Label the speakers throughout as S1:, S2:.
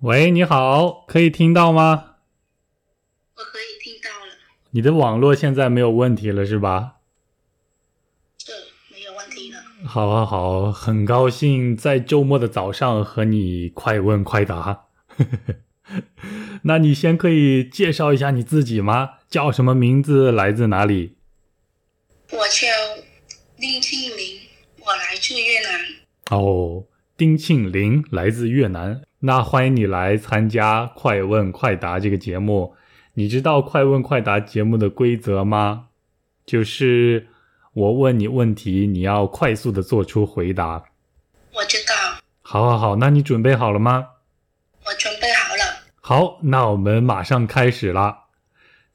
S1: 喂，你好，可以听到吗？
S2: 我可以听到了，
S1: 你的网络现在没有问题了是吧？
S2: 对，没有问题了。
S1: 好，好，好，很高兴在周末的早上和你快问快答。 那你先可以介绍一下你自己吗？叫什么名字？来自哪里？
S2: 我叫林庆林，我来自越南。
S1: 哦，丁庆林，来自越南。那欢迎你来参加《快问快答》这个节目。你知道《快问快答》节目的规则吗？就是我问你问题，你要快速的做出回答。
S2: 我知道，
S1: 好好好，那你准备好了吗？
S2: 我准备好了。
S1: 好，那我们马上开始啦。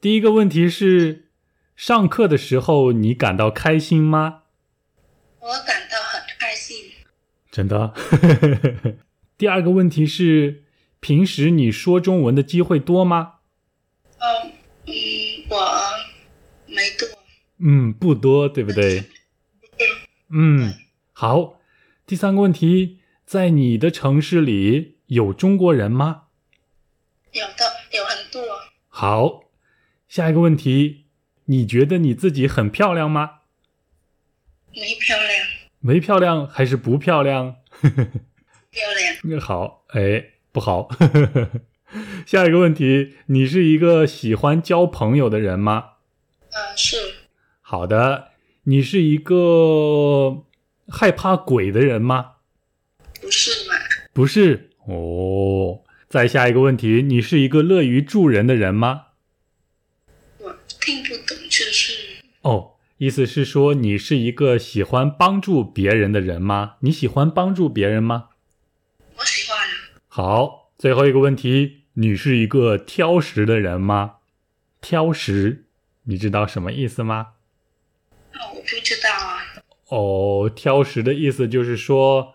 S1: 第一个问题是：上课的时候你感到开心吗？
S2: 我感到很开心。
S1: 真的。 第二个问题是：平时你说中文的机会多吗？
S2: 哦，嗯，我没多。
S1: 嗯，不多，对不对？嗯，好。第三个问题，在你的城市里有中国人吗？
S2: 有的有很多，
S1: 好。下一个问题，你觉得你自己很漂亮吗？
S2: 没漂亮，
S1: 没漂亮还是不漂亮？
S2: 漂亮。
S1: 好，哎，不好。 下一个问题，你是一个喜欢交朋友的人吗？
S2: 呃，是
S1: 好的，你是一个害怕鬼的人吗？
S2: 不是嘛？
S1: 不是哦。再下一个问题，你是一个乐于助人的人吗？
S2: 我听不懂，就是
S1: 哦，意思是说你是一个喜欢帮助别人的人吗？你喜欢帮助别人吗？
S2: 我喜欢啊
S1: 好，最后一个问题，你是一个挑食的人吗？挑食，你知道什么意思吗？
S2: 哦，我不知道啊。
S1: 哦，挑食的意思就是说，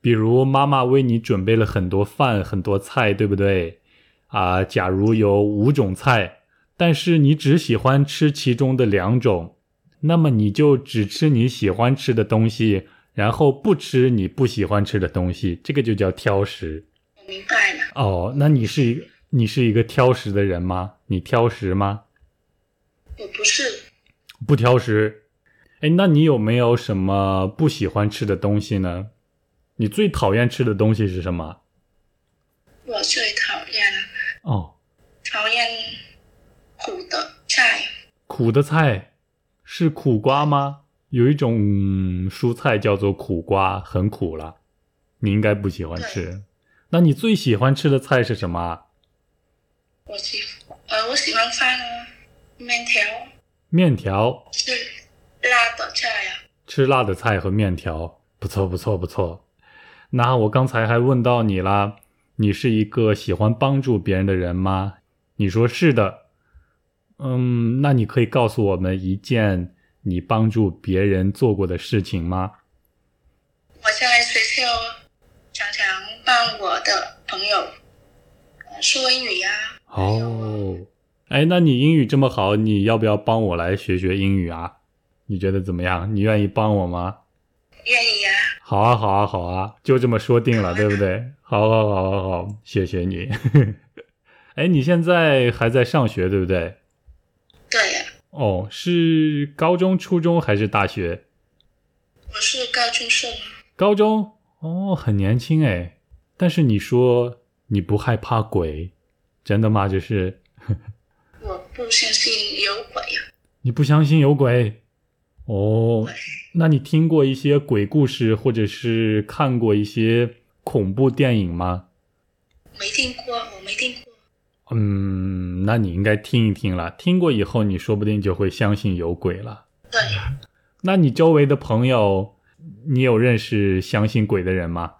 S1: 比如妈妈为你准备了很多饭、很多菜，对不对？啊、假如有五种菜，但是你只喜欢吃其中的两种，那么你就只吃你喜欢吃的东西，然后不吃你不喜欢吃的东西，这个就叫挑食。
S2: 我明白了，
S1: 哦，那你是一个你是一个挑食的人吗？你挑食吗？
S2: 我不是，
S1: 不挑食。哎，那你有没有什么不喜欢吃的东西呢？你最讨厌吃的东西是什么？
S2: 我最讨厌
S1: 哦，
S2: 讨厌苦的菜，
S1: 苦的菜是苦瓜吗？有一种、嗯蔬菜叫做苦瓜，很苦了，你应该不喜欢吃。那你最喜欢吃的菜是什么啊？
S2: 我喜呃我喜欢饭面条。
S1: 面条，
S2: 是呃辣的菜呀、
S1: 吃辣的菜和面条，不错不错不错。那我刚才还问到你啦，你是一个喜欢帮助别人的人吗？你说是的。嗯，那你可以告诉我们一件你帮助别人做过的事情吗？
S2: 我在学校常常帮我的朋友呃说英语呀、啊。还有啊，
S1: 哦，哎，那你英语这么好，你要不要帮我来学学英语啊？你觉得怎么样？你愿意帮我吗？
S2: 愿意啊，
S1: 好啊，好啊，好啊，就这么说定了，对不对？好，好，好，好，好，谢谢你。 哎，你现在还在上学，对不对？
S2: 对呀、
S1: 哦，是高中、初中还是大学？
S2: 我是高中生，
S1: 高中哦，很年轻哎。但是你说你不害怕鬼，真的吗？就是
S2: 我不相信有鬼啊呀、
S1: 你不相信有鬼哦？那你听过一些鬼故事，或者是看过一些恐怖电影吗？
S2: 没听过，我没听过。
S1: 嗯，那你应该听一听了。听过以后，你说不定就会相信有鬼了。
S2: 对，
S1: 那你周围的朋友，你有认识相信鬼的人吗？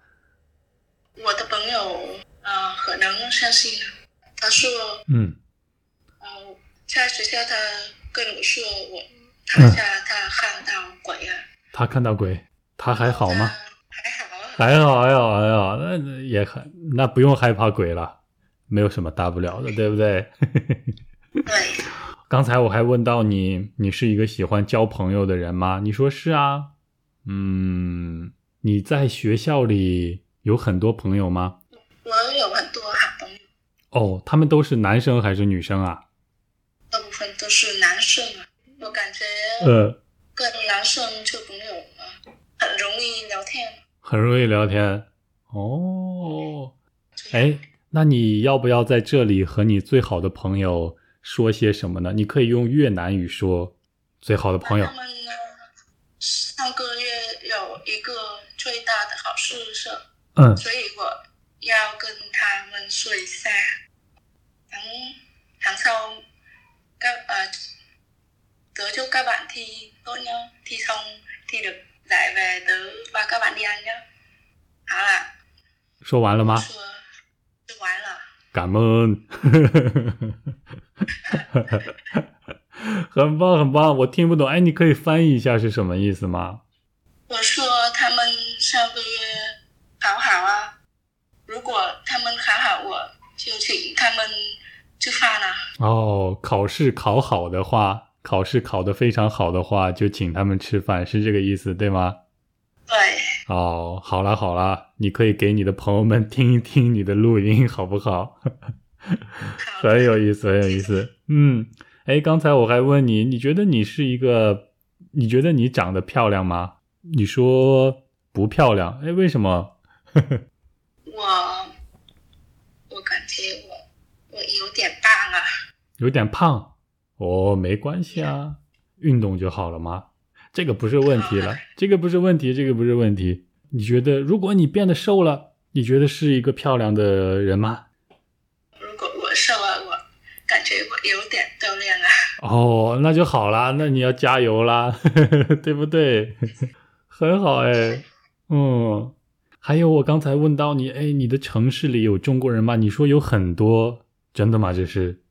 S2: 我的朋友呃可能相信啊，他说
S1: 嗯，
S2: 呃在学校他跟我说我他
S1: 嗯
S2: 家他看到鬼啊，
S1: 他看到鬼，他还好吗？
S2: 他？还好啊，
S1: 还好，还好，还好，那那也还那不用害怕鬼了，没有什么大不了的，对不对？
S2: 对，
S1: 刚才我还问到你，你是一个喜欢交朋友的人吗？你说是啊。嗯，你在学校里有很多朋友吗？
S2: 我有很多好
S1: 哦，他们都是男生还是女生啊？
S2: 大部分都是男生啊，我感觉
S1: 呃，
S2: 跟男生做朋友啊，很容易聊天。
S1: 很容易聊天。哦，哎，那你要不要在这里和你最好的朋友说些什么呢？你可以用越南语说“最好的朋友
S2: 那他们呢，上个月有一个最大的好事是，”，
S1: 嗯，
S2: 所以我要跟他们说一下。tháng tháng sau các ờ, tớ chúc các bạn thi tốt nhá, thi xong thi được giải về tớ và các bạn đi ăn nhá. Hả là
S1: 说完了吗？
S2: chưa chưa quái là
S1: 感恩， 很棒很棒，我听不懂。哎，你可以翻译一下是什么意思吗？
S2: 我说他们上个月考好啊，如果他们考好我就请他们吃饭啊。
S1: 哦，考试考好的话，考试考得非常好的话，就请他们吃饭，是这个意思对吗？
S2: 对，
S1: 哦，好啦好啦，你可以给你的朋友们听一听你的录音，好不好？
S2: 好
S1: 很有意思，很有意思。嗯，哎，刚才我还问你，你觉得你是一个，你觉得你长得漂亮吗？你说不漂亮，哎，为什么？
S2: 我我感觉我我有点胖啊。
S1: 有点胖？哦，没关系啊，运动就好了嘛。这个不是问题了，这个不是问题，这个不是问题。你觉得，如果你变得瘦了，你觉得是一个漂亮的人吗？
S2: 如果我瘦了，我感觉我有点锻炼啊。
S1: 哦，那就好啦，那你要加油啦，对不对？ 很好哎，嗯。还有，我刚才问到你，哎，你的城市里有中国人吗？你说有很多，真的吗？这是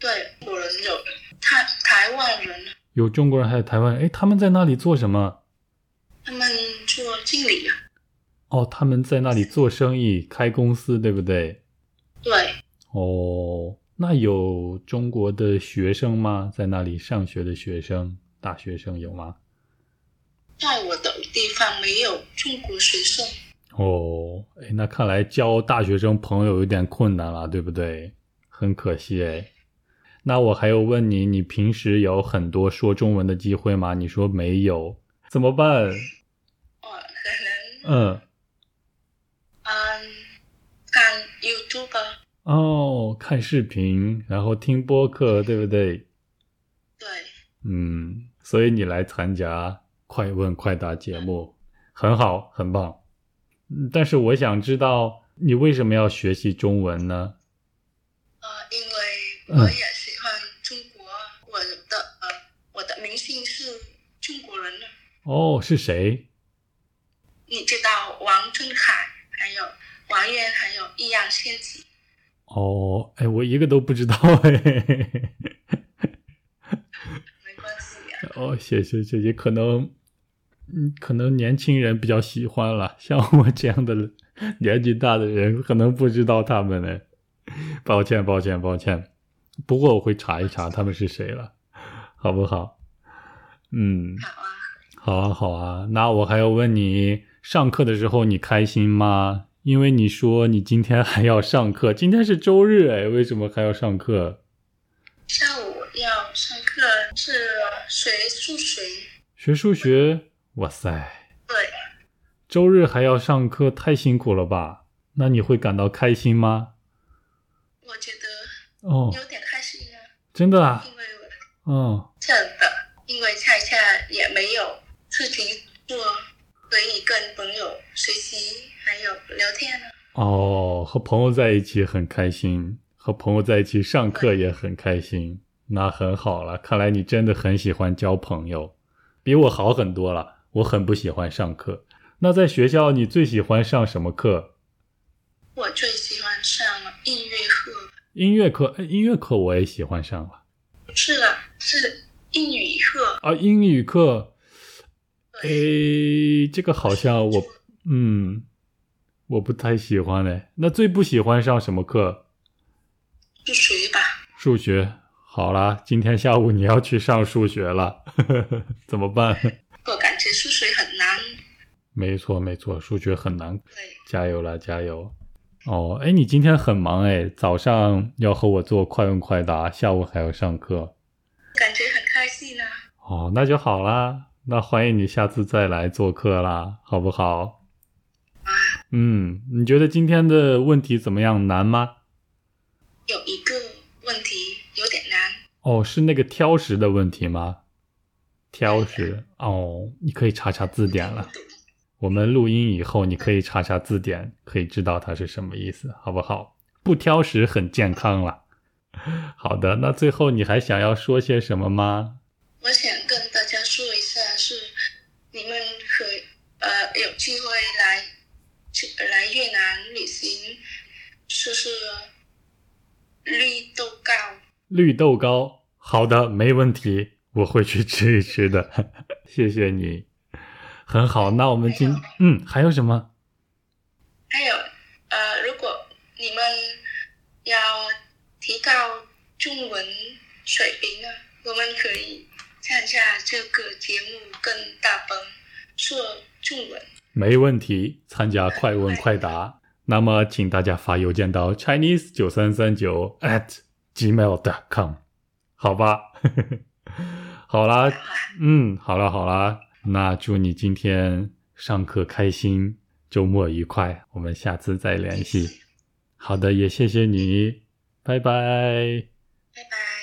S2: 对，有人有台台湾人，
S1: 有中国人，还有台湾人，哎，他们在那里做什么？
S2: 他们做经理啊。
S1: 哦，他们在那里做生意，开公司，对不对？
S2: 对，
S1: 哦，那有中国的学生吗？在那里上学的学生，大学生有吗？
S2: 在我的地方没有中国学生。
S1: 哦，哎，那看来交大学生朋友有点困难了，对不对？很可惜哎。那我还有问你，你平时有很多说中文的机会吗？你说没有，怎么办？
S2: 哦，可能
S1: 嗯，
S2: 嗯，看 YouTube 啊
S1: 哦，看视频，然后听播客，对不对？
S2: 对，
S1: 嗯，所以你来参加快问快答节目，很好，很棒。嗯但是我想知道，你为什么要学习中文呢？
S2: 呃，因为
S1: 嗯
S2: 我也喜欢中国，我的呃，我的明星是中国人啊。
S1: 哦，是谁？
S2: 你知道王俊凯，还有王源，还有易烊千玺。
S1: 哦，哎，我一个都不知道哎。
S2: 没关系、啊，
S1: 哦，谢谢谢谢，可能，嗯，可能年轻人比较喜欢了，像我这样的年纪大的人，可能不知道他们呢。抱歉抱歉抱歉，不过我会查一查他们是谁了，好不好？嗯，
S2: 好啊。
S1: 好啊好啊，那我还要问你，上课的时候你开心吗？因为你说你今天还要上课，今天是周日哎，为什么还要上课？
S2: 下午要上课是学数学，
S1: 学数学，哇塞，
S2: 对，
S1: 周日还要上课，太辛苦了吧？那你会感到开心吗？
S2: 我觉得
S1: 哦，
S2: 有点开心啊，
S1: 真的啊，
S2: 因为我
S1: 哦，
S2: 真的，因为恰恰也没有事情做，可以跟朋友学习，还有聊天啊。
S1: 哦，和朋友在一起很开心，和朋友在一起上课也很开心，那很好了。看来你真的很喜欢交朋友，比我好很多了。我很不喜欢上课。那在学校，你最喜欢上什么课？
S2: 我最喜欢上音乐课，
S1: 音乐课，哎音乐课我也喜欢上了。
S2: 不是啊，是英语课，
S1: 啊，英语课，
S2: 对，
S1: 诶，哎这个好像我，嗯，我不太喜欢嘞。那最不喜欢上什么课？
S2: 数学吧，
S1: 数学。好啦，今天下午你要去上数学了， 怎么办？
S2: 我感觉数学很难，
S1: 没错，没错，数学很难。
S2: 对，
S1: 加油啦，加油！哦，哎，你今天很忙哎，早上要和我做快问快答，下午还要上课。
S2: 感觉很开心啊。
S1: 哦，那就好啦，那欢迎你下次再来做客啦，好不好？嗯，你觉得今天的问题怎么样？难吗？
S2: 有一个问题有点难，
S1: 哦，是那个挑食的问题吗？挑食哦，你可以查查字典了。我们录音以后，你可以查查字典，可以知道它是什么意思，好不好？不挑食很健康啦。 好的，那最后你还想要说些什么吗？
S2: 我想跟大家说一下是，你们可呃有机会来去来越南旅行，试试绿豆糕。
S1: 绿豆糕，好的，没问题，我会去吃一吃的。 谢谢你，很好。那我们今
S2: 还有
S1: 嗯还有什么？
S2: 还有呃，如果你们要提高中文水平呢，我们可以参加这个节目，跟大鹏说中文。
S1: 没问题，参加快问快答。那么，请大家发邮件到 chinese 九三三九 at gmail.com，好吧？ 好啦，嗯，好啦好啦，那祝你今天上课开心，周末愉快，我们下次再联系。好的，也谢谢你，拜拜。
S2: 拜拜。